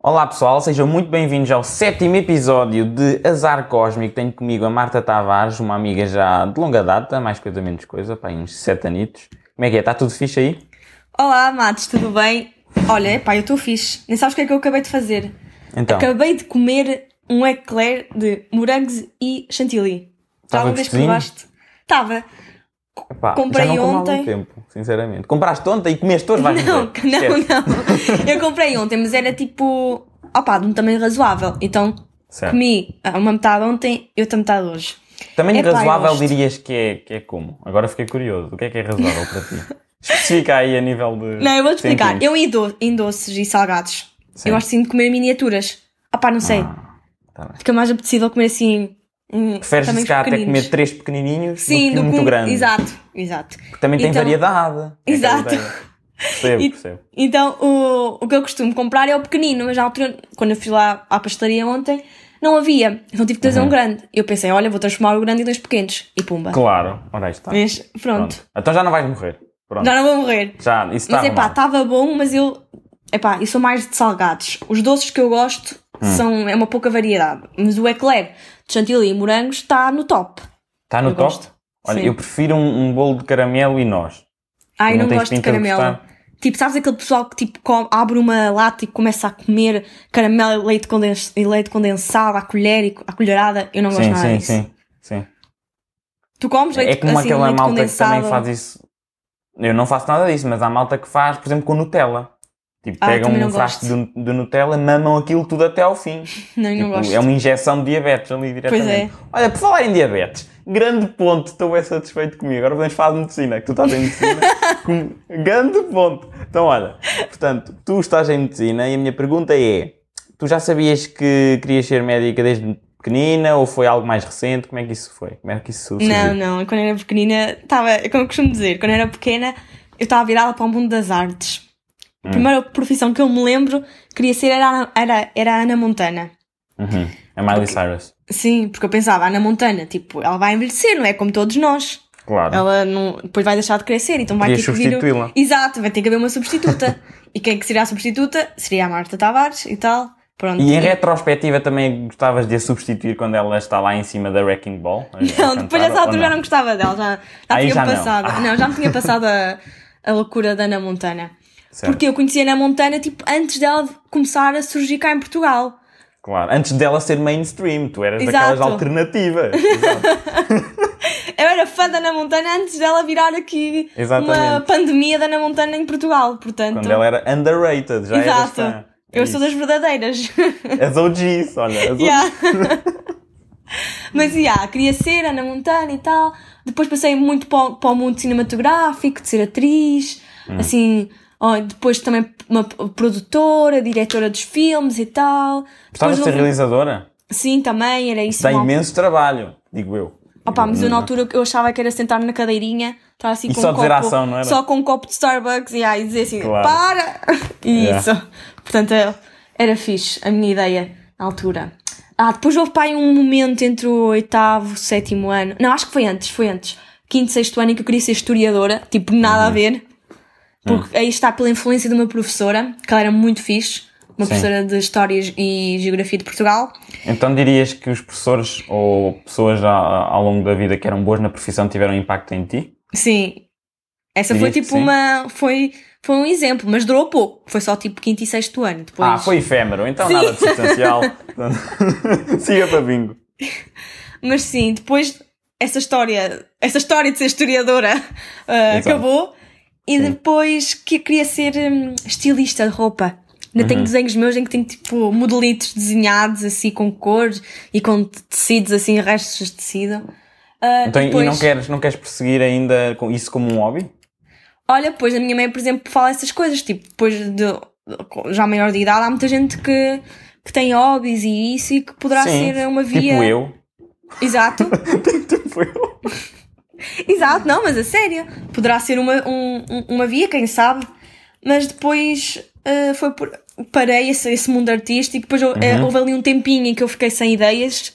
Olá pessoal, sejam muito bem-vindos ao sétimo episódio de Azar Cósmico. Tenho comigo a Marta Tavares, uma amiga já de longa data, mais coisa menos coisa, pá, uns sete anitos. Como é que é? Está tudo fixe aí? Olá, Matos, tudo bem? Olha, pá, eu estou fixe. Nem sabes o que é que eu acabei de fazer. Então, Acabei de comer um eclair de morangos e chantilly. Já Tava alguma vez gostosinho? provaste? Estava. pá, comprei já não como há algum ontem. tempo, sinceramente. Compraste ontem e comeste hoje, vais Não, morrer. não, Esquece. não. Eu comprei ontem, mas era tipo. opá, de um tamanho razoável. Então Certo. comi ah, uma metade ontem e outra metade hoje. Tamanho Epá, eu razoável gosto. dirias que é, que é como? Agora fiquei curioso. O que é que é razoável para ti? Especifica aí a nível de. Não, eu vou-te explicar. centímetros. Eu em, do- em doces e salgados. Sim. Eu gosto assim de comer miniaturas. Opá, não sei. Ah, tá bem. Fica mais apetecível comer assim. em Preferes se tamanhos calhar até pequeninos. comer três pequenininhos do Sim, que do um muito com- grande. Exato, exato. Porque também tem Então- variedade. É aquela Exato. ideia. Percebo, E- percebo. Então, o, o que eu costumo comprar é o pequenino, mas na altura, quando eu fui lá à pastelaria ontem, não havia. Então tive que trazer um grande. Eu pensei, olha, vou transformar o grande em dois pequenos. E pumba. Uhum. Claro, ora aí está. Mas pronto, Pronto. Então já não vais morrer. Pronto. já não vou morrer. Já, isso está Mas epá, arrumado. estava bom, mas eu. Epá, eu sou mais de salgados. Os doces que eu gosto Hum. são. é uma pouca variedade. Mas o eclair de chantilly e morangos está no top. Está Tá no eu top? gosto. Olha, Sim. eu prefiro um, um bolo de caramelo e nós. Ai, Não não, tens gosto de pinta de caramelo. gostar? tipo, sabes aquele pessoal que tipo come- abre uma lata e começa a comer caramelo e leite, condens- e leite condensado à colher e co- à colherada? Eu não gosto sim, nada sim, disso. sim, sim. Tu comes leite É como assim, aquela leite malta condensado. que também faz isso. Eu não faço nada disso, mas há malta que faz, por exemplo, com Nutella. Tipo, Ah, pegam também um não frasco de, gosto. de Nutella, mamam aquilo tudo até ao fim. Não, eu não Tipo, gosto. é uma injeção de diabetes ali diretamente. é. Olha, por falar em diabetes, grande ponto, estou bem satisfeito comigo. Agora podemos falar de medicina, que tu estás em medicina. com- grande ponto. Então, olha, portanto, tu estás em medicina e a minha pergunta é: tu já sabias que querias ser médica desde pequenina ou foi algo mais recente? Como é que isso foi? Como é que isso surgiu? Não, não. eu Quando era pequenina, estava. é Como eu costumo dizer, quando era pequena, eu estava virada para o mundo das artes. Hum. A primeira profissão que eu me lembro queria ser era, era, era a Ana Montana. Uhum. É Miley Cyrus. Sim, porque eu pensava, Ana Montana, tipo, ela vai envelhecer, não é? Como todos nós. Claro. Ela não, depois vai deixar de crescer, então vai Podias ter que vir. Ah. substituí-la. Exato, vai ter que haver uma substituta. e quem é que seria a substituta? Seria a Marta Tavares e tal. Pronto. E em retrospectiva também gostavas de a substituir quando ela está lá em cima da Wrecking Ball? a- a Não, cantar, depois dessa ou altura já não gostava dela, já, já Aí tinha já não. passado. Não. já me tinha passado a, a loucura da Ana Montana. Certo. Porque eu conhecia a Ana Montana tipo antes dela começar a surgir cá em Portugal. Claro, antes dela ser mainstream, tu eras Exato. daquelas alternativas. Exato. Eu era fã da Ana Montana antes dela virar aqui uma Exatamente. pandemia da Ana Montana em Portugal, portanto. Quando ela era underrated, já eras Exato. fã. É Eu sou das verdadeiras. As OGs, olha. As Yeah. Mas yeah, queria ser Ana Montana e tal. Depois passei muito para o, para o mundo cinematográfico, de ser atriz, Hum. assim. ó, depois também uma p- produtora, diretora dos filmes e tal. Gostavas Depois de ser houve- realizadora? Sim, também, era isso. Dá mal. imenso trabalho, digo eu. Opa, mas eu na Não- altura eu achava que era sentar-me na cadeirinha, estar assim E com só um dizer copo, ação, não era? só com um copo de Starbucks e aí dizer assim, Claro. para! E Yeah. isso. Portanto, é- era fixe a minha ideia na altura. Ah, depois houve pai um momento entre o oitavo, sétimo ano. Não, acho que foi antes, foi antes. Quinto, sexto ano em que eu queria ser historiadora, tipo, nada Uhum. a ver. Porque aí está pela influência de uma professora, que ela era muito fixe, uma Sim. professora de História e Geografia de Portugal. Então dirias que os professores ou pessoas a- a- ao longo da vida que eram boas na profissão tiveram impacto em ti? Sim. Essa foi Dirias que tipo É sim? uma. Foi, foi um exemplo, mas durou pouco. Foi só tipo quinto e sexto ano. Depois. Ah, foi efêmero, então Sim. nada de substancial. Siga para bingo. Mas sim, depois essa história, essa história de ser historiadora ah, Exato. acabou. E depois que queria ser hum, estilista de roupa. Ainda Uhum. tenho desenhos meus em que tenho tipo modelitos desenhados assim com cores e com te- tecidos assim, restos de tecido. Ah, Então, e- depois- e não queres, não queres prosseguir ainda com isso como um hobby? Olha, pois a minha mãe, por exemplo, fala essas coisas, tipo, depois de já maior de idade, há muita gente que, que tem hobbies e isso e que poderá ser uma via. Tipo eu. Exato, tipo eu. exato, não, mas a sério, poderá ser uma, um- um- uma via, quem sabe, mas depois ah, foi por. Parei esse, esse mundo artístico, depois hou- Uhum. eh, houve ali um tempinho em que eu fiquei sem ideias,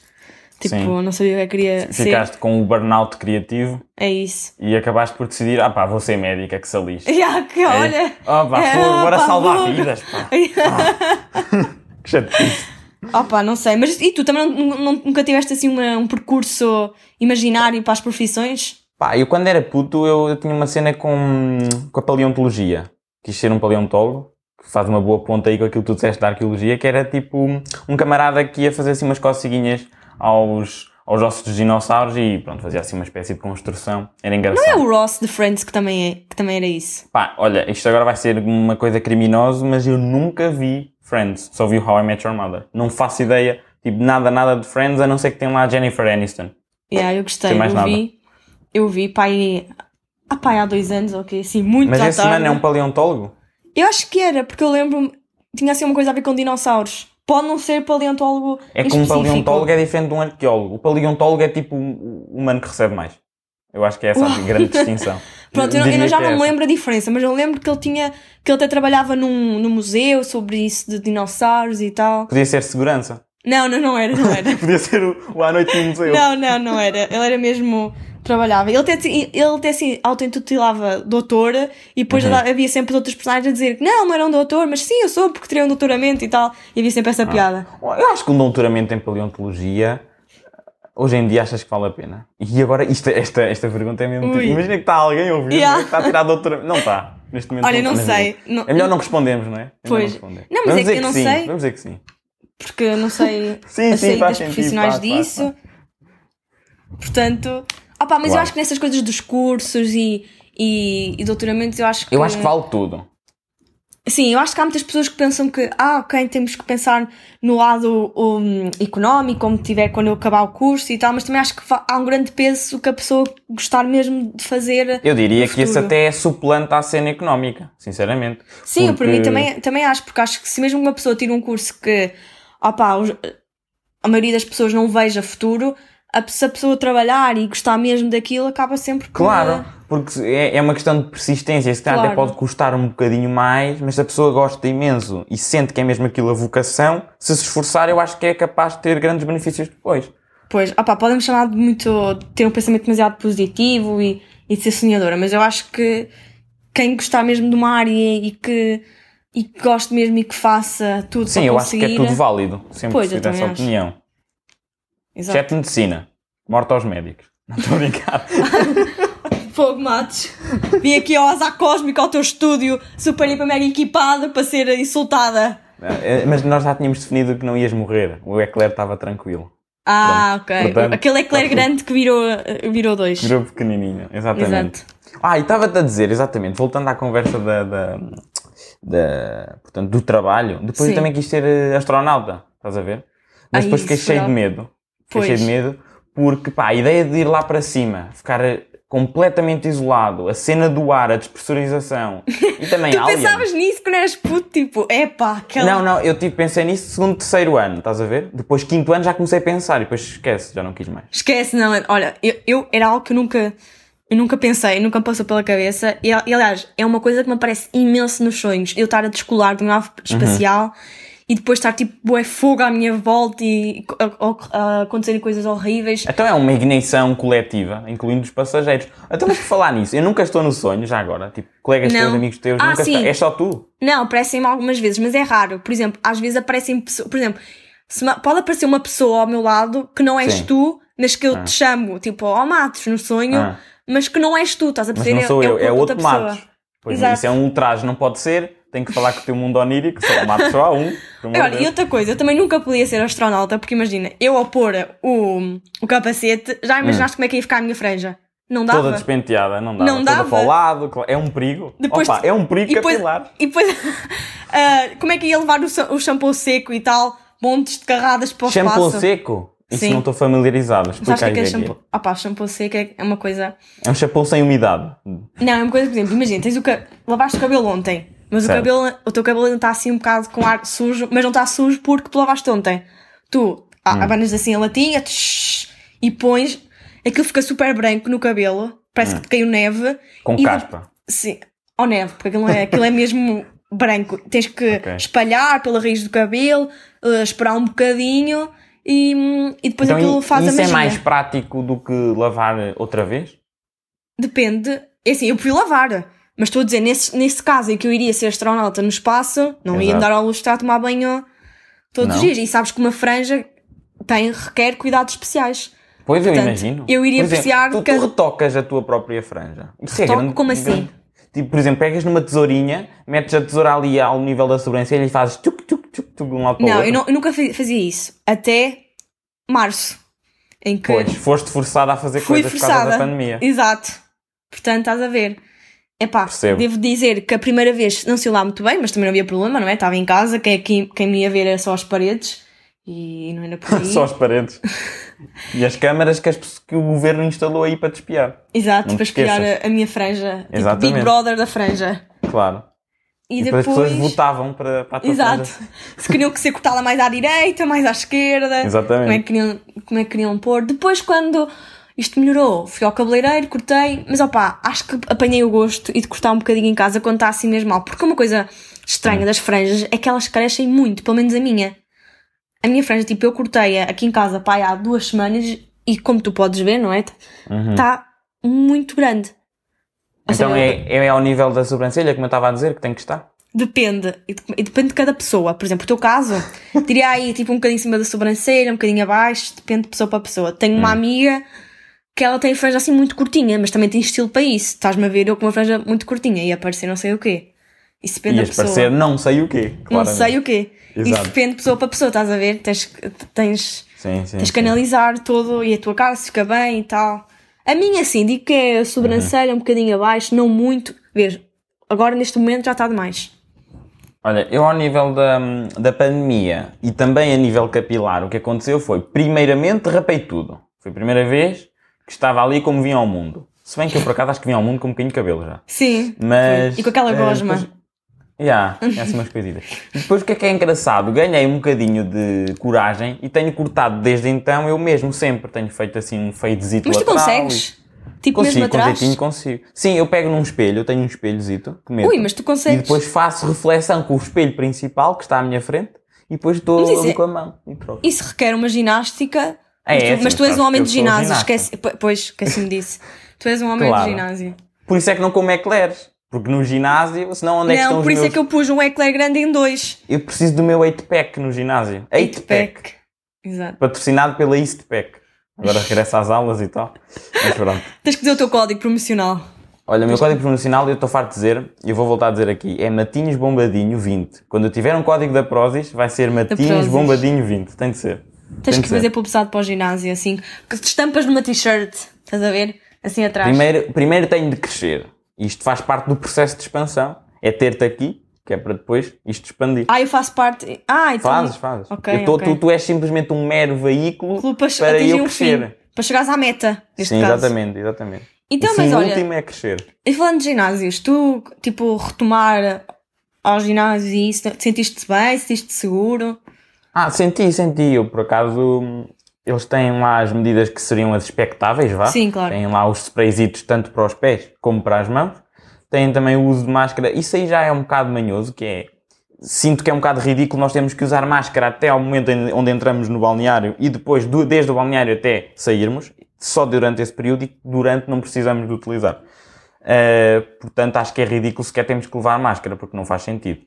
tipo, Sim. não sabia o que eu queria ser. Ficaste com o burnout criativo É isso. e acabaste por decidir, ah pá, vou ser médica, que saliste. É? Yeah, que, olha. Ah pá, É, fogo, bora pá, salvar fogo. vidas, pá. Que chatice. Opa, não sei. Mas e tu também não- não- nunca tiveste assim uma- um percurso imaginário para as profissões? Pá, eu quando era puto, eu, eu tinha uma cena com, com a paleontologia. Quis ser um paleontólogo, que faz uma boa ponta aí com aquilo que tu disseste da arqueologia, que era tipo um camarada que ia fazer assim umas coceguinhas aos, aos ossos dos dinossauros e pronto, fazia assim uma espécie de construção. Era engraçado. É o Ross de Friends que também, é, que também era isso. Pá, olha, isto agora vai ser uma coisa criminosa, mas eu nunca vi Friends, só vi o How I Met Your Mother. Não faço ideia, tipo, nada, nada de Friends, a não ser que tem lá a Jennifer Aniston. Yeah, eu gostei. Sem mais eu nada. vi. Eu vi, pai. Ah, pai, há dois anos, ok, assim, muito Mas à esse tarde. mano é um paleontólogo? Eu acho que era, porque eu lembro-me. Tinha assim uma coisa a ver com dinossauros. Pode não ser paleontólogo. É em que um específico. paleontólogo é diferente de um arqueólogo. O paleontólogo é tipo um humano que recebe mais. Eu acho que é essa a Uau. grande distinção. Pronto, eu, não- eu Diria já que é não me essa. lembro a diferença, mas eu lembro que ele tinha. que ele até trabalhava num, num museu sobre isso de dinossauros e tal. Podia ser segurança. Não, não, não era, não era. Podia ser o, o à noite no museu. Não, não, não era. Ele era mesmo. Trabalhava. Ele até, ti- ele até assim autentutilava doutora e depois Uhum. havia sempre outros personagens a dizer que não, não era um doutor, mas sim, eu sou porque tirei um doutoramento e tal. E havia sempre Ah. essa piada. Eu acho que um doutoramento em paleontologia hoje em dia achas que vale a pena. E agora, isto, esta, esta pergunta é mesmo tipo, Ui. imagina que está alguém a ouvir, né, Yeah. que está a tirar doutoramento. Não está, neste momento. Olha, não está, mas sei. Não- É melhor não respondermos, não é? É melhor Pois. responder. Não, mas Vamos é que dizer eu não sim, sei. Vamos dizer que sim. porque não sei Sim, sim, faz as saídas sentido, profissionais faz, faz, disso. Portanto, opa, mas eu Uau. acho que nessas coisas dos cursos e, e, e doutoramentos, eu acho que. Eu acho que vale tudo. Sim, eu acho que há muitas pessoas que pensam que, ah, ok, temos que pensar no lado um, económico, como tiver quando eu acabar o curso e tal, mas também acho que fa- há um grande peso que a pessoa gostar mesmo de fazer. Eu diria No que esse futuro. até suplanta a cena económica, sinceramente. Sim, eu para mim Porque- também, também acho, porque acho que se mesmo uma pessoa tira um curso que, opá, os- a maioria das pessoas não veja futuro, a, se a pessoa trabalhar e gostar mesmo daquilo, acaba sempre por. Claro, porque se- é, é uma questão de persistência. Se calhar até Né? Claro. pode custar um bocadinho mais, mas se a pessoa gosta imenso e sente que é mesmo aquilo a vocação, se se esforçar, eu acho que é capaz de ter grandes benefícios depois. Pois, opá, podem-me chamar de muito. de ter um pensamento demasiado positivo e, e de ser sonhadora, mas eu acho que quem gostar mesmo de uma área e que, e que goste mesmo e que faça tudo Sim, para eu acho conseguir. que é tudo válido. Sempre Pois, fui eu dessa também acho. opinião. Exato. Exceto medicina. Morte aos médicos. Não estou a brincar. Fogo Matos. Vim aqui ao azar cósmico, ao teu estúdio, super hiper mega equipada para ser insultada. Eh, Mas nós já tínhamos definido que não ias morrer. O Eclair estava tranquilo. Ah, ok. portanto, Aquele eclair tá grande que virou, eh, virou dois. Virou pequenininho. Exatamente. Exato. Ah, e estava-te a dizer, exatamente, voltando à conversa da, da, da- portanto, do trabalho, depois eu Sim. também quis ser eh, astronauta, estás a ver? Mas Ai, depois fiquei isso cheio já- de medo. Fiquei Pois. cheio de medo porque, pá, a ideia de ir lá para cima, ficar eh, completamente isolado, a cena do ar, a despressurização e também Tu aliens. pensavas nisso quando eras puto, tipo, epá, aquela. Não, não, eu tipo, pensei nisso segundo, terceiro ano, estás a ver? Depois, quinto ano, já comecei a pensar e depois esquece, já não quis mais. Esquece, não. Olha, eu, eu- era algo que eu nunca, eu nunca pensei, nunca me passou pela cabeça. E, e, aliás, é uma coisa que me aparece imenso nos sonhos. Eu estar a descolar de uma Uhum. nave espacial e depois estar tipo, bué fogo à minha volta e co- a- a- a acontecerem coisas horríveis. Então é uma ignição coletiva, incluindo os passageiros. Então, mas por falar nisso, eu nunca estou no sonho, já agora. Tipo, colegas Não. teus, amigos teus, Ah, nunca sim. está- É só tu. Não, aparecem-me algumas vezes, mas é raro. Por exemplo, às vezes aparecem pessoas. Por exemplo, se ma- pode aparecer uma pessoa ao meu lado que não és Sim. tu, mas que eu te chamo, tipo, ó Matos, no sonho, Ah. mas que não és tu, estás a Mas perceber? não sou eu, corpo é de outra outro Matos. Pois Exato. isso é um ultraje, não pode ser. Tenho que falar com o teu mundo onírico, só Matos só há um. pelo amor de Agora, Deus. É, e outra coisa, eu também nunca podia ser astronauta, porque imagina, eu ao pôr o, o capacete, já imaginaste como é que ia ficar a minha franja? Não dava? Hum. Toda despenteada, não dá. Não dava. Toda para o lado, cla- é um perigo. Depois- Opa, é um perigo e depois, capilar. e depois ah, como é que ia levar o, sa- o shampoo seco e tal, montes de carradas para o Shampoo um espaço? seco? Isso Sim. não estou familiarizado. Sabes Explica o que aí é que é o que é. shampoo? Ah pá, shampoo seco é é uma coisa... É um shampoo sem umidade. Não, é uma coisa, por exemplo, imagina, tens o ca... lavaste o cabelo ontem, mas o, Certo. cabelo, o teu cabelo ainda está assim um bocado com ar sujo, mas não está sujo porque tu lavaste ontem. Tu Hum. a- abanas assim a latinha tsh, e pões, aquilo fica super branco no cabelo, parece que te caiu neve. Hum. Com e de- caspa. Sim, ou neve, porque aquilo, não é, aquilo é mesmo branco. Tens que Ok. espalhar pela raiz do cabelo, eh, esperar um bocadinho e, hum, e depois Então, aquilo i- faz a isso magia. é mais prático do que lavar outra vez? Depende. É assim, eu fui lavar. Mas estou a dizer, nesse, nesse caso em que eu iria ser astronauta no espaço, não ia Exato. andar ao luxo a tomar banho Todos os Não. dias. E sabes que uma franja tem, requer cuidados especiais. Pois eu Portanto, imagino. eu iria Por exemplo, apreciar tu, cada- tu retocas a tua própria franja. Isso é Retoco? grande, Como assim? grande- Tipo, por exemplo, pegas numa tesourinha, metes a tesoura ali ao nível da sobrancelha e fazes tuc, tuc, tuc, tuc, de um lado para o não, outro. eu não- eu nunca fi- fazia isso. Até março. Em que Pois, foste forçada a fazer fui coisas por forçada. causa da pandemia. Exato. Portanto, estás a ver. Epá, Percebo. devo dizer que a primeira vez não sei lá muito bem, mas também não havia problema, não é? Estava em casa, quem, quem, quem me ia ver era só as paredes e não era por aí. Só as paredes. e as câmaras que, as pessoas- que o governo instalou aí para te espiar. Exato, Não para te espiar esqueças. a, a minha franja. Tipo, Big Exatamente. Brother da franja. Claro. E, E, depois... depois. as pessoas votavam para, para a tua Exato. franja. Se queriam que ser cortada mais à direita, mais à esquerda. Exatamente. Como é que queriam, como é que queriam pôr. Depois, quando isto melhorou, fui ao cabeleireiro, cortei, mas opá, acho que apanhei o gosto e de cortar um bocadinho em casa quando está assim mesmo mal. Porque uma coisa Hum. estranha das franjas é que elas crescem muito, pelo menos a minha. A minha franja, tipo, eu cortei-a aqui em casa, pai, há duas semanas e como tu podes ver, não é? Está muito grande. Ou Uhum. Então seja, é, é ao nível da sobrancelha, como eu estava a dizer, que tem que estar. Depende, e de- e depende de cada pessoa. Por exemplo, o teu caso, diria aí tipo um bocadinho em cima da sobrancelha, um bocadinho abaixo, depende de pessoa para pessoa. Tenho Hum. uma amiga que ela tem a franja assim muito curtinha, mas também tem estilo para isso. Estás-me a ver eu com uma franja muito curtinha e aparecer não sei o quê. Isso depende Ias da pessoa. parecer não sei o quê. não claramente. sei o quê. Isso Exato. depende de pessoa para pessoa, estás a ver? Tens, que- tens, Sim, sim. tens que sim. analisar todo e a tua cara se fica bem e tal. A minha, sim, digo que Uhum. é a sobrancelha um bocadinho abaixo, não muito. Vês, agora neste momento já está demais. Olha, eu ao nível da, da pandemia e também a nível capilar, o que aconteceu foi, primeiramente, rapei tudo. Foi a primeira vez que estava ali como vim ao mundo. Se bem que eu por acaso acho que vim ao mundo com um bocadinho de cabelo já. Sim. Mas, E com aquela eh, gosma. depois- Já, é assim umas coisitas. E Depois o que é que é engraçado? Ganhei um bocadinho de coragem e tenho cortado desde então eu mesmo, sempre. Tenho feito assim um fadezito Mas tu lateral consegues? E... Tipo mesmo Consigo, com atrás? jeitinho consigo. Sim, eu pego num espelho, eu tenho um espelhozito. que meto. Ui, mas tu E consegues. depois faço reflexão com o espelho principal que está à minha frente e depois estou Mas isso ali é- com a mão e troco. Isso requer uma ginástica. É, mas, tu, é assim, mas tu és um sabes homem que de eu sou ginásio, ginasta. esquece. po- Pois, esqueci-me disso. Tu és um homem Claro. de ginásio. Por isso é que não como eclairs. Porque no ginásio, senão onde é que estão não, os por isso meus... é que eu pus um eclair grande em dois. eu... preciso do meu 8-pack no ginásio. 8-pack. Eight-pack. Exato. patrocinado pela Eastpack. Agora regressa às aulas e tal. Mas pronto. Tens que dizer o teu código promocional. Olha, o meu código promocional, eu estou farto de dizer, e eu vou voltar a dizer aqui, é Matinhos Bombadinho 20. Quando eu tiver um código da Prozis, vai ser Matinhos Prozis. Bombadinho 20. Tem de ser. Tens Tem que de ser. fazer publicidade para o ginásio, assim. Que te estampas numa t-shirt. Estás a ver? Assim atrás. Primeiro, primeiro tenho de crescer. Isto faz parte do processo de expansão. É ter-te aqui, que é para depois isto expandir. Ah, eu faço parte. Ah, então. fazes, fazes. Ok, Eu tô- ok. tu, tu és simplesmente um mero veículo Clube para para atingir eu um crescer. fim. Para chegares à meta, neste Sim, caso. exatamente, exatamente. Então, o mas fim olha- último é crescer. E falando de ginásios, tu, tipo, retomar aos ginásios e isso, sentiste-te bem, sentiste-te seguro? Ah, senti, senti. Eu, por acaso, hum, eles têm lá as medidas que seriam as expectáveis, vá? Sim, claro. Têm lá os sprayzitos tanto para os pés como para as mãos. Têm também o uso de máscara. Isso aí já é um bocado manhoso, que é... Sinto que é um bocado ridículo nós temos que usar máscara até ao momento em- onde entramos no balneário e depois, do- desde o balneário até sairmos, só durante esse período e durante não precisamos de utilizar. Ah, portanto, acho que é ridículo sequer temos que levar máscara, porque não faz sentido.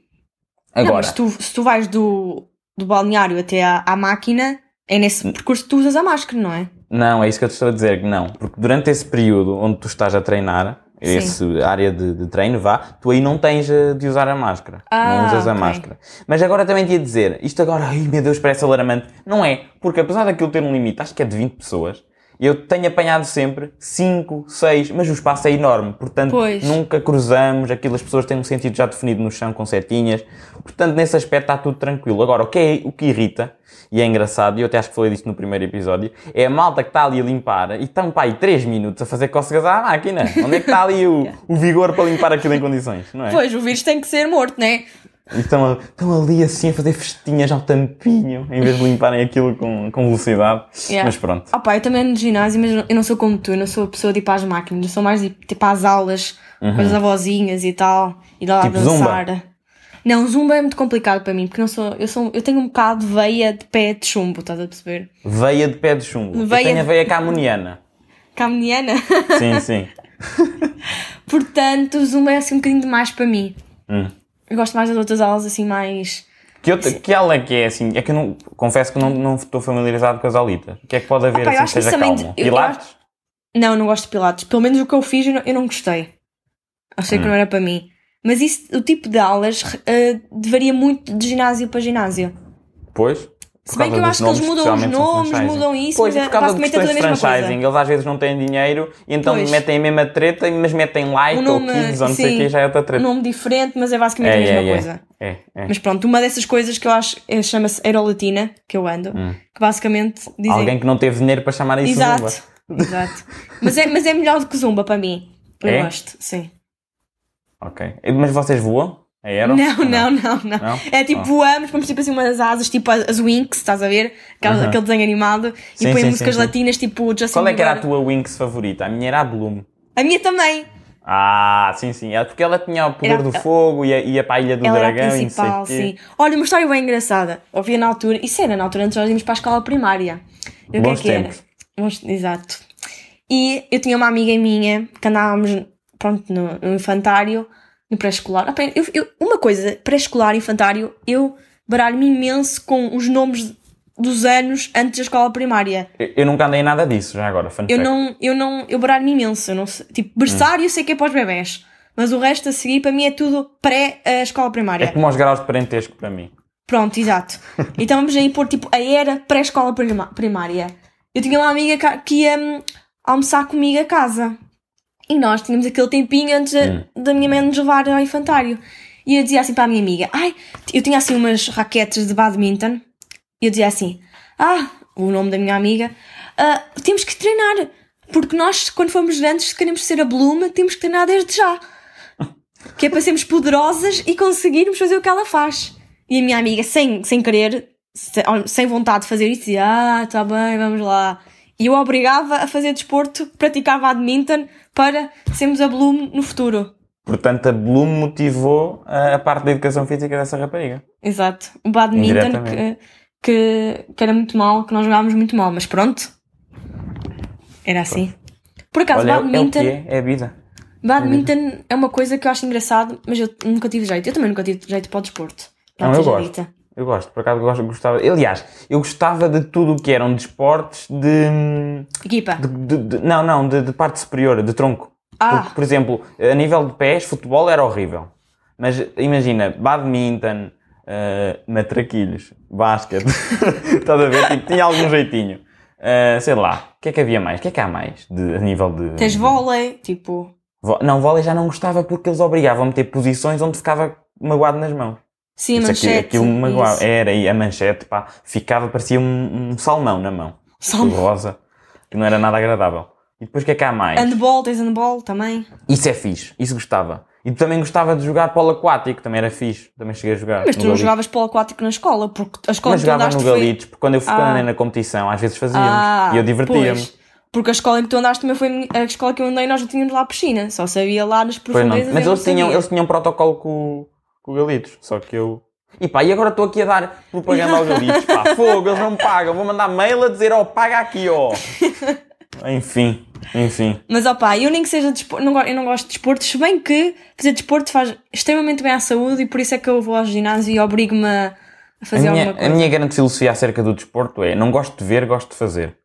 Não, Agora, mas tu, se tu vais do, do balneário até à, à máquina, é nesse percurso que tu usas a máscara, não é? Não, é isso que eu te estou a dizer, que não. Porque durante esse período onde tu estás a treinar, Sim. essa área de, de treino, vá, tu aí não tens eh, de usar a máscara. Ah, não usas a ok. máscara. Mas agora também te ia dizer, isto agora, ai meu Deus, parece alarmante. Não é, porque apesar daquilo ter um limite, acho que é de 20 pessoas, eu tenho apanhado sempre 5, 6, mas o espaço é enorme, portanto Pois. nunca cruzamos, aquilo as pessoas têm um sentido já definido no chão com setinhas, portanto nesse aspecto está tudo tranquilo. Agora, o que, é, o que irrita, e é engraçado, e eu até acho que falei disto no primeiro episódio, é a malta que está ali a limpar e estão, pá, aí 3 minutos a fazer cócegas à máquina. Onde é que está ali o, o vigor para limpar aquilo em condições, não é? Pois, o vírus tem que ser morto, não é? E estão, a- estão ali assim a fazer festinhas ao tampinho, em vez de limparem aquilo com, com velocidade. Yeah. Mas pronto. Ah pá, eu também no ginásio, mas eu não sou como tu, eu não sou a pessoa de ir para as máquinas, eu sou mais de ir tipo, às aulas, com as avózinhas e tal, e lá Uhum. Tipo dançar. Não, zumba é muito complicado para mim, porque não sou, eu, sou, eu tenho um bocado de veia de pé de chumbo, estás a perceber? Veia de pé de chumbo. Eu Veia tenho a de- veia camoniana. Cameniana. Sim, sim. Portanto, Zumba é assim um bocadinho demais para mim. Hum. Eu gosto mais das outras aulas assim mais Que, outra, que ela é que é assim? É que eu não, confesso que não, não estou familiarizado com as aulitas. O que é que pode haver Opa, assim que eu acho que seja isso também- calmo? eu- eu Pilates? Não, eu não gosto de pilates. Pelo menos o que eu fiz, eu não, eu não gostei. Eu sei Hum. que não era para mim. Mas isso, o tipo de aulas eh, varia muito de ginásio para ginásio. Pois. Se bem que eu acho que eles mudam os nomes, mudam isso, Pois, mas por é- causa de basicamente é questões tudo a de mesma coisa. franchising, eles às vezes não têm dinheiro e então Pois. metem a mesma treta, mas metem like O ou nome, kids ou não sei o sim. que e já é outra Um treta. nome diferente, mas é basicamente É, a mesma é, é. coisa. É, é. Mas pronto, uma dessas coisas que eu acho eh, chama-se Aerolatina, que eu ando, Hum. que basicamente dizem. Alguém que não teve dinheiro para chamar isso Exato, Zumba. exato. Mas é, mas é melhor do que Zumba para mim. Eu É? gosto, sim. Ok. Mas vocês voam? É Aero? Não, não, não, não, Não? É tipo, Ah. voamos, pomos tipo assim umas asas, tipo as Winx, estás a ver? Aquela- Aham. Aquele desenho animado. Sim, e põe sim, músicas sim, sim. latinas, tipo Justin Qual é que era a Bieber. tua Winx favorita? A minha era a Bloom. A minha também. Ah, sim, sim. É Porque ela tinha o poder Era- do fogo, ia, ia para a Ilha do Ela Dragão é era a e não sei o principal, quê. sim. Olha, uma história bem engraçada. Ouvia na altura, isso era na altura, antes nós íamos para a escola primária. E o que é Bons que era? tempos. Bons- Exato. E eu tinha uma amiga minha que andávamos, pronto, no, no infantário, no pré-escolar. Ah, pera, eu- eu- Uma coisa, pré-escolar, infantário, eu baralho-me imenso com os nomes dos anos antes da escola primária. Eu, eu nunca andei em nada disso, já agora. Fun Eu fact. não, eu não, eu baralho-me imenso. Eu não sei, tipo, berçário eu sei que é para os bebés. Mas o resto a seguir, para mim, é tudo pré-escola É primária. como aos graus de parentesco para mim. Pronto, exato. Então vamos aí pôr tipo a era pré-escola prima- primária. Eu tinha uma amiga ca- que ia hum, almoçar comigo a casa. E nós tínhamos aquele tempinho antes da, da minha mãe nos levar ao infantário. E eu dizia assim para a minha amiga: Ai, eu tinha assim umas raquetes de badminton. E eu dizia assim: Ah, o nome da minha amiga, "Ah, temos que treinar. Porque nós, quando formos grandes, se queremos ser a Bloom, temos que treinar desde já. Que é para sermos poderosas e conseguirmos fazer o que ela faz. E a minha amiga, sem, sem querer, se- ou sem vontade de fazer isso, dizia: Ah, tá bem, vamos lá. E eu a obrigava a fazer desporto, praticar badminton para sermos a Bloom no futuro. Portanto, a Bloom motivou a, a parte da educação física dessa rapariga. Exato. O badminton que, Indiretamente. que, que era muito mal, que nós jogávamos muito mal, mas pronto. Era assim. Por acaso, Olha, é, o- é o que badminton, é, é a vida. badminton é uma coisa que eu acho engraçado, mas eu nunca tive jeito. Eu também nunca tive jeito para o desporto. Não, eu seja gosto. dita. Eu gosto, por acaso gosto, gostava. Aliás, eu gostava de tudo o que eram desportos de, hum, Equipa. de, de- de- Não, não, de, de parte superior, de tronco. Ah. Porque, por exemplo, a nível de pés, futebol era horrível. Mas imagina, badminton, eh, matraquilhos, basquete, estás a ver? Tipo, tinha algum jeitinho. Eh, sei lá, o que é que havia mais? O que é que há mais de, a nível de. Tens vôlei, tipo. Vo- Não, vôlei já não gostava porque eles obrigavam-me a ter posições onde ficava magoado nas mãos. Sim, Isso aqui- é um manchete. aquilo me magoava. isso. Era, e a manchete, pá, ficava, parecia um, um salmão na mão. Salmão. Rosa, que não era nada agradável. E depois o que é que há mais? Handball, tens handball também. Isso é fixe, isso gostava. E também gostava de jogar polo aquático, também era fixe, também cheguei a jogar. Mas no tu não Galitos. jogavas polo aquático na escola, porque a escola Mas onde tu jogava andaste no foi. Galitos, porque quando eu fui quando Ah. andei na competição, às vezes fazíamos. Ah, e eu divertia-me. pois. Porque a escola em que tu andaste também foi a minha- a escola que eu andei e nós não tínhamos lá piscina. Só sabia lá nas Pois não. profundezas. Mas eu eles não tinham, sabia. eles tinham protocolo com, o- com o Galitos, só que eu. E pá, e agora estou aqui a dar propaganda ao Galitos, pá, fogo, eles não me pagam, vou mandar mail a dizer, ó, paga aqui, ó. enfim, enfim. Mas opá, eu nem que seja desporto, não, go- eu não gosto de desporto, se bem que fazer desporto faz extremamente bem à saúde e por isso é que eu vou ao ginásio e obrigo-me a a fazer a minha, alguma a coisa. minha grande filosofia acerca do desporto é não gosto de ver, gosto de fazer.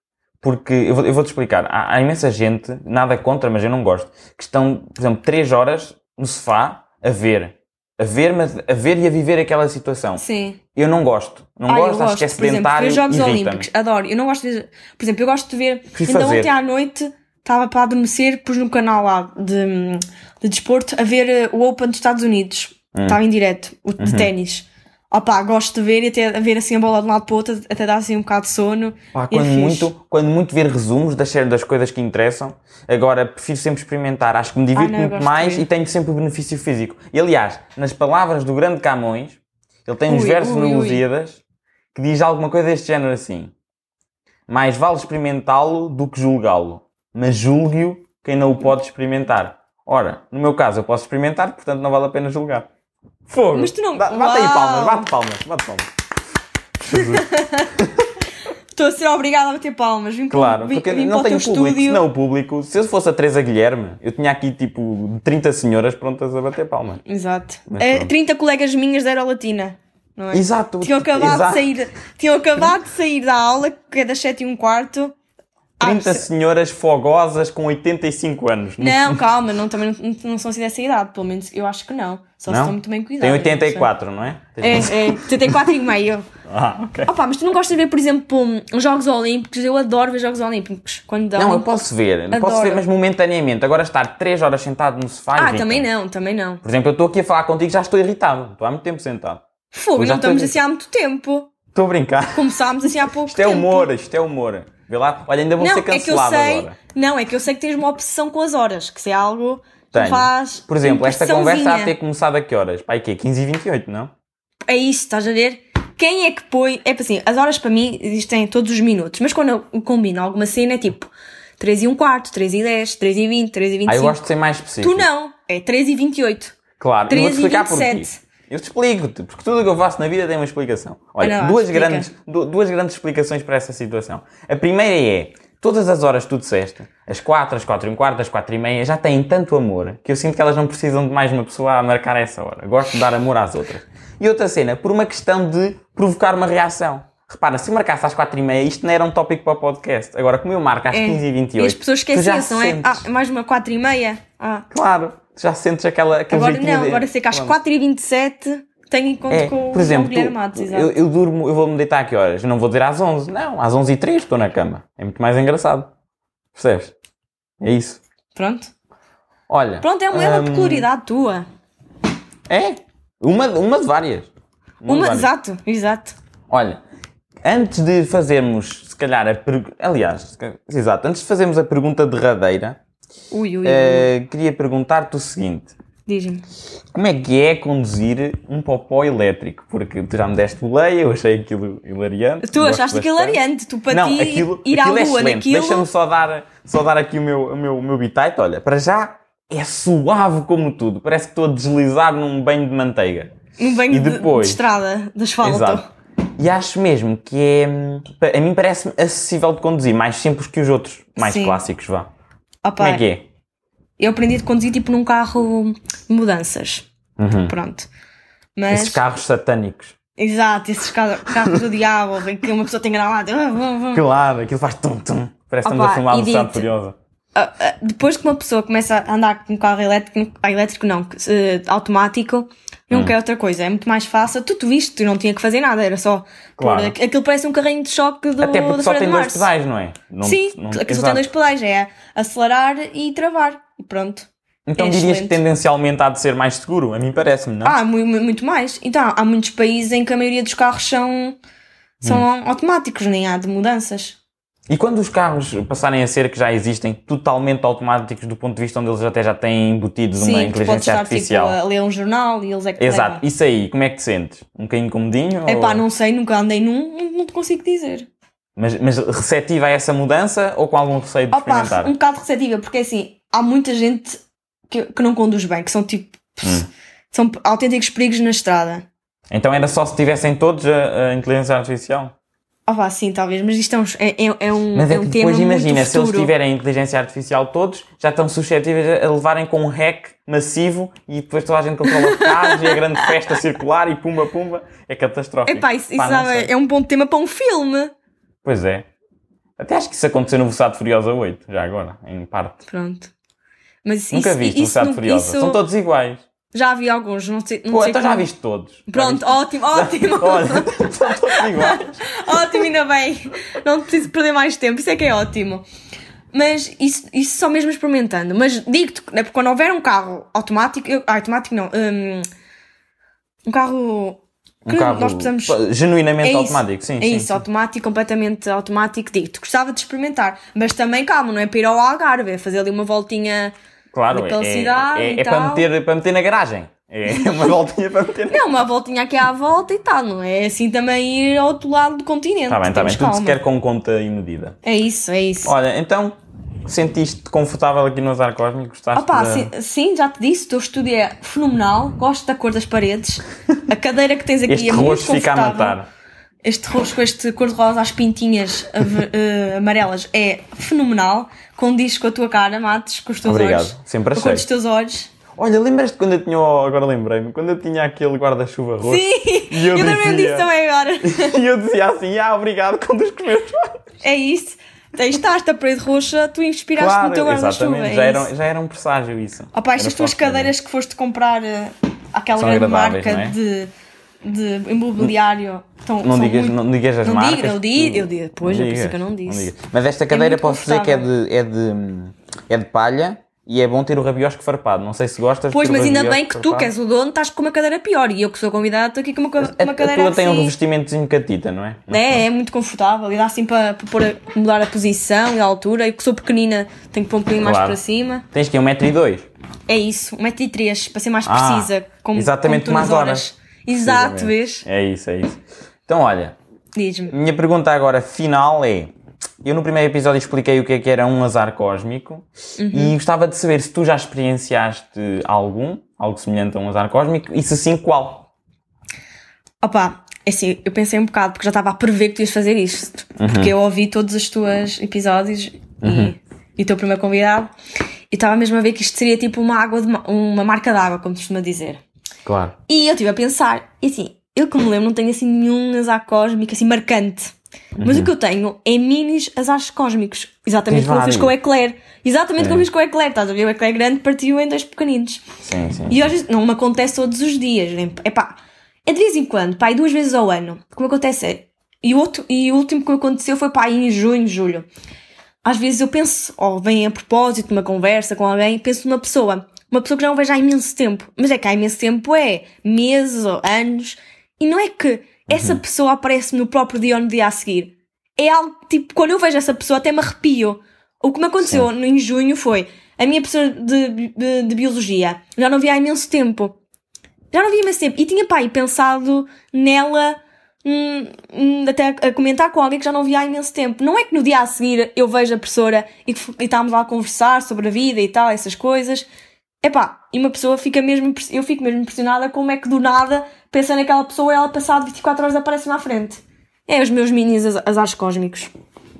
Porque eu vou- eu vou-te explicar, há, há imensa gente, nada contra, mas eu não gosto, que estão, por exemplo, 3 horas no sofá a ver. A ver, mas a ver e a viver aquela situação. Sim. Eu não gosto. Não Ah, gosto, eu acho que é gosto, por exemplo, sedentário ver Jogos irrita-me. Olímpicos, adoro. Eu não gosto de ver, por exemplo, eu gosto de ver, Prefiro então fazer. ontem à noite estava para adormecer, pus num canal lá de, de desporto a ver eh, o Open dos Estados Unidos, Hum. estava em direto, o Uhum. de ténis. Opá, gosto de ver e até a ver assim a bola de um lado para o outro, até dar assim um bocado de sono. Pá, E é quando, fixe. muito, quando muito ver resumos das, séries- das coisas que interessam, agora prefiro sempre experimentar. Acho que me divirto não, eu muito gosto de mais ver. e tenho sempre o benefício físico. E aliás, nas palavras do grande Camões, ele tem uns Ui, versos ui, no ui. Lusíadas que diz alguma coisa deste género assim: Mais vale experimentá-lo do que julgá-lo, mas julgue-o quem não o pode experimentar. Ora, no meu caso, eu posso experimentar, portanto não vale a pena julgar. Fogo! Mas tu não- Ba- Bate aí Uau! palmas, bate palmas, bate palmas. Estou a ser obrigada a bater palmas. Vim para- Claro, vim, porque vim não para tem o teu público. estúdio. Senão o público, se eu fosse a Teresa Guilherme, eu tinha aqui tipo 30 senhoras prontas a bater palmas. Exato. Mas Eh, pronto. 30 colegas minhas da Aerolatina. não é? Exato. tipo, Tinham acabado, exato. De sair, tinham acabado de sair da aula, que é das 7 e um quarto. Ah, 30 se- senhoras fogosas com 85 anos. é? Não, calma, não, também não, não são assim dessa idade, pelo menos eu acho que não. Só se Não? estão muito bem cuidados. Tem 84, não é? É, é, 84 e meio. Ah, ok. Opa, mas tu não gostas de ver, por exemplo, um, Jogos Olímpicos? Eu adoro ver Jogos Olímpicos. Quando dão. Não, eu posso ver. Posso Então, Adoro. ver, mas momentaneamente. Agora estar 3 horas sentado no sofá. Ah, irrita-me. também não, também não. Por exemplo, eu estou aqui a falar contigo e já estou irritado. Estou há muito tempo sentado. Fogo, Pois já não estamos tenho- assim há muito tempo. Estou a brincar. Começámos assim há pouco Isto é tempo. humor, isto é humor. Vê lá, olha, ainda vou Não, ser é que eu cancelado sei. agora. Não, é que eu sei que tens uma obsessão com as horas, que se é algo que Tenho. me faz. Por exemplo, esta conversa há de impressãozinha. ter começado a que horas? Pai, quê? 15 e 28, não? É isso, estás a ver? Quem é que põe. É assim, as horas para mim existem todos os minutos, mas quando eu combino alguma cena é tipo 3 e 1 quarto, 3 e 10, 3 e 20, 3 e 25. Ah, eu gosto de ser mais específico. Tu não, é 3 e 28. Claro, eu vou-te 13 e explicar porquê. 27. Eu te explico-te, porque tudo o que eu faço na vida tem uma explicação. Olha, Olha lá, duas, Ah, explica. grandes, du- duas grandes explicações para essa situação. A primeira é, todas as horas que tu disseste, as quatro, as quatro e um quarto, as quatro e meia, já têm tanto amor que eu sinto que elas não precisam de mais uma pessoa a marcar essa hora. Gosto de dar amor às outras. E outra cena, por uma questão de provocar uma reação. Repara, se eu marcasse às quatro e meia, isto não era um tópico para o podcast. Agora, como eu marco às É. 15 e 28, E as pessoas tu já esqueciam, não é? sentes. Ah, mais uma 4 e meia? Ah. Claro, tu já sentes aquela... aquele Agora jeitinho não, de- agora sei que às Pronto. 4 e 27 tenho encontro É, com por o exemplo, Guilherme tu- Matos, exato. eu, eu durmo, eu vou-me deitar a que horas? Eu não vou dizer às 11, não, às 11 e 3 estou na cama. É muito mais engraçado. Percebes? É isso. Pronto. Olha. Pronto, é uma, é uma hum, peculiaridade tua. É? Uma, uma de várias. de Uma, várias. exato, exato. Olha, antes de fazermos, se calhar, a pergunta. Aliás, se calhar- exato, antes de fazermos a pergunta derradeira, Ui, ui, ui. eh, queria perguntar-te o seguinte. Diz-me. Como é que é conduzir um popó elétrico? Porque tu já me deste boleia, eu achei aquilo hilariante. Tu gosto achaste aquilo bastante. hilariante, tu para não, ti aquilo, ir aquilo à é lua excelente. naquilo. Deixa-me só dar, só dar aqui o meu, o meu, o meu bitite. Olha, para já é suave como tudo. Parece que estou a deslizar num banho de manteiga. Um E banho de- depois? de, estrada, de asfalto. Exato. E acho mesmo que é. hum, A mim parece-me acessível de conduzir, mais simples que os outros, mais Sim. clássicos, vá. Opa, Como é que é? Eu aprendi a conduzir tipo num carro de mudanças. Uhum. Pronto. Mas. Esses carros satânicos. Exato, esses ca- carros do diabo em que uma pessoa tem granada. Ah, ah, ah. Claro, aquilo faz tum-tum. Parece que estamos Opa, a filmar um e a Velocidade digo-te- Furiosa. Ah, ah, Depois que uma pessoa começa a andar com um carro elétrico, ah, elétrico não, que, eh, automático, não Hum. quer outra coisa. É muito mais fácil. Tu, tu viste, tu não tinha que fazer nada, era só. pôr- Claro. aquilo parece um carrinho de choque do, Até porque da só Feira tem de dois Março. pedais, não é? Não, Sim, não- aquilo só exato. tem dois pedais, é acelerar e travar. E pronto. Então É dirias que excelente. tendencialmente há de ser mais seguro? A mim parece-me, não? Ah, mu- mu- muito mais. Então, há muitos países em que a maioria dos carros são, são Hum. automáticos, nem há de mudanças. E quando os carros passarem a ser que já existem totalmente automáticos do ponto de vista onde eles até já têm embutidos uma Sim, tu podes inteligência estar artificial. tipo, a ler um jornal e eles é que Exato, isso aí, como é que te sentes? Um bocadinho comodinho? É pá, ou- não sei, nunca andei num, não- não te consigo dizer. mas, mas receptiva a essa mudança ou com algum receio de Opa, experimentar? um bocado receptiva, porque assim, há muita gente que, que não conduz bem, que são tipo. Hum. São autênticos perigos na estrada. Então era só se tivessem todos a, a inteligência artificial? Opa, sim, talvez, mas isto é um, é, é- é um, Mas é, é um que tema depois imagina, muito se eles futuro. tiverem inteligência artificial todos, já estão suscetíveis a levarem com um hack massivo e depois toda a gente controla os carros e a grande festa circular e pumba pumba, é catastrófico. Epá, isso, isso Pá, não sabe, sei. é um bom tema para um filme. Pois é. Até acho que isso aconteceu no Velocidade Furiosa 8, já agora, em parte. Pronto. Mas isso, Nunca isso, viste isso, Velocidade não- Furiosa. isso- São todos iguais. Já vi alguns, não sei, não Pô, sei então já como. viste todos. Pronto, Já ótimo, ótimo, viste- Olha, são todos iguais. ótimo, ainda bem. Não preciso perder mais tempo, isso é que é ótimo. Mas isso, isso só mesmo experimentando. Mas digo-te, né, porque quando houver um carro automático, eu- ah, automático não, hum, um carro que Um carro nós precisamos. pa- genuinamente É isso, automático, sim. é sim, isso, sim. automático, completamente automático. Digo-te, gostava de experimentar, mas também calma, não é para ir ao Algarve, é fazer ali uma voltinha. Claro, daquela é, cidade é, e é para, tal. meter, para meter na garagem. É uma voltinha para meter na Não, É uma voltinha aqui à volta e tal, não é assim também ir ao outro lado do continente. Está Tá bem, está temos bem. Tudo se calma. quer com conta e medida. É isso, é isso. Olha, então, sentiste-te confortável aqui no azar cósmico? Gostaste Opa, da- sim, sim, já te disse, o teu estúdio é fenomenal, gosto da cor das paredes, a cadeira que tens aqui Este é muito rosto fica a confortável. matar. Este rosto com este cor-de-rosa às pintinhas ave- eh, amarelas é fenomenal, condiz com a tua cara, Matos, com os teus Obrigado, olhos. sempre Com a cor achei. dos teus olhos. Olha, lembras-te quando eu tinha. o- Agora lembrei-me, quando eu tinha aquele guarda-chuva roxo? Sim! E eu Eu lembrei-me dizia- disso também agora. E eu dizia assim, ah, obrigado, quando os meus É isso. Tens estás a parede roxa, tu inspiraste no teu guarda-chuva. exatamente. É Já isso. era, já era um presságio isso. Opa, estas Era tuas forte, cadeiras que foste comprar eh, àquela São grande agradáveis, marca não é? de, de imobiliário. Estão, Não são digas, muito- não, digas as não marcas. Digo, não digo, eu digo depois, não é por isso digas, que eu não disse. digas. Mas esta cadeira muito posso dizer que é de, é, de, é de palha e é bom ter o rabiosco farpado. Não sei se gostas. Pois, ter o mas ainda rabiosco bem que tu, farpado. que és o dono, estás com uma cadeira pior e eu que sou convidada estou aqui com uma, ca- A, uma a cadeira tua tem um assim. revestimentozinho catita, não é? É, é muito confortável e dá assim para, para pôr a- mudar a posição e a altura. Eu que sou pequenina tenho que pôr um bocadinho mais Claro. para cima. Tens que 1,2m. É isso, 1,3m, para ser mais Ah, precisa. como- exatamente como tu nas mais horas. Exato, vês? É isso, é isso. Então, olha, Diz-me. Minha pergunta agora final é: eu no primeiro episódio expliquei o que é que era um azar cósmico Uhum. e gostava de saber se tu já experienciaste algum, algo semelhante a um azar cósmico, e se sim, qual? Opa, é assim, eu pensei um bocado porque já estava a prever que tu ias fazer isto. Uhum. Porque eu ouvi todos os teus episódios e, e o teu primeiro convidado. E estava mesmo a ver que isto seria tipo uma água, de ma- uma marca d'água, como se costuma dizer. Claro. E eu estive a pensar, e assim, eu que me lembro não tenho assim nenhum azar cósmico assim marcante. Mas o que eu tenho é minis azares cósmicos. Uhum. Tens Exatamente como eu vários. fiz É. com o Eclair. Exatamente como eu fiz com o Eclair. Estás a ver? O Eclair grande partiu em dois pequeninos. Sim, sim. E hoje não me acontece todos os dias. nem- Epá, é de vez em quando, pá, e duas vezes ao ano. Como acontece é. E o, outro, e o último que aconteceu foi pá, aí em junho, julho. Às vezes eu penso, ou vem a propósito, uma conversa com alguém, penso numa pessoa. Uma pessoa que já não vejo há imenso tempo. Mas é que há imenso tempo é meses ou anos. E não é que essa pessoa aparece no próprio dia ou no dia a seguir. É algo tipo, quando eu vejo essa pessoa até me arrepio. O que me aconteceu no- em junho foi a minha professora de, bi- de, de biologia. Já não vi há imenso tempo. Já não vi há imenso tempo. E tinha, pai, pensado nela hum, hum, até a- a comentar com alguém que já não via há imenso tempo. Não é que no dia a seguir eu vejo a professora e, que f- e estávamos lá a conversar sobre a vida e tal, essas coisas. Epá, e uma pessoa fica mesmo, impre- eu fico mesmo impressionada como é que do nada, pensando naquela pessoa, ela passado 24 horas aparece-me à frente. É os meus minis az- azares cósmicos.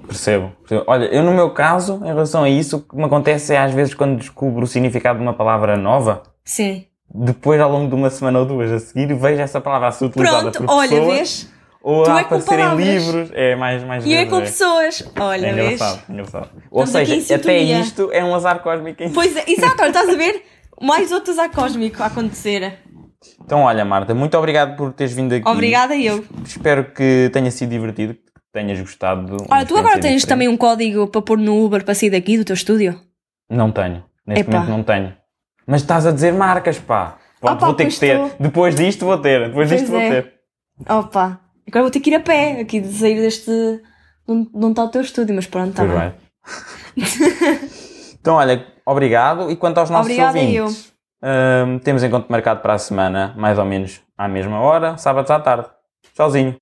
Percebo. percebo. Olha, eu no meu caso, em relação a isso, o que me acontece é às vezes quando descubro o significado de uma palavra nova, Sim. depois ao longo de uma semana ou duas a seguir, vejo essa palavra a ser utilizada Pronto, por olha, pessoas, vês? ou Tu a é com aparecer em palavras. livros. É mais, mais E eu é vezes, com pessoas. Olha, é vês? engraçado, engraçado. Ou Estamos aqui em seja, até sintonia. isto é um azar cósmico em Pois é, exato, olha, estás a ver? Mais outro azar cósmico a acontecer. Então, olha, Marta, muito obrigado por teres vindo aqui. Obrigada eu. Espero que tenha sido divertido, que tenhas gostado. de uma Olha, tu agora experiência tens diferente. também um código para pôr no Uber para sair daqui do teu estúdio? Não tenho. Neste um- Epá. momento não tenho. Mas estás a dizer marcas, pá. Pronto, Opa, vou ter pois que ter. estou. Depois disto vou ter. Depois Pois disto vou é. ter. Opa, agora vou ter que ir a pé aqui de sair deste. Não, não está o teu estúdio, mas pronto, está Pois Tá bem. bem. então, olha, obrigado. E quanto aos nossos Obrigada ouvintes? hum, temos encontro marcado para a semana, mais ou menos à mesma hora, sábados à tarde. Tchauzinho.